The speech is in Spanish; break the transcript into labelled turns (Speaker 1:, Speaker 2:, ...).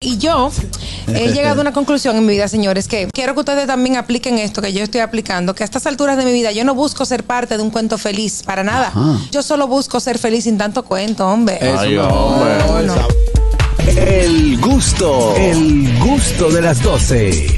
Speaker 1: Y yo he llegado a una conclusión en mi vida, señores, que quiero que ustedes también apliquen esto que yo estoy aplicando, que a estas alturas de mi vida yo no busco ser parte de un cuento feliz, para nada.
Speaker 2: Ajá.
Speaker 1: Yo solo busco ser feliz sin tanto cuento, hombre.
Speaker 2: Eso no.
Speaker 1: No, no.
Speaker 3: El gusto, el gusto de las 12.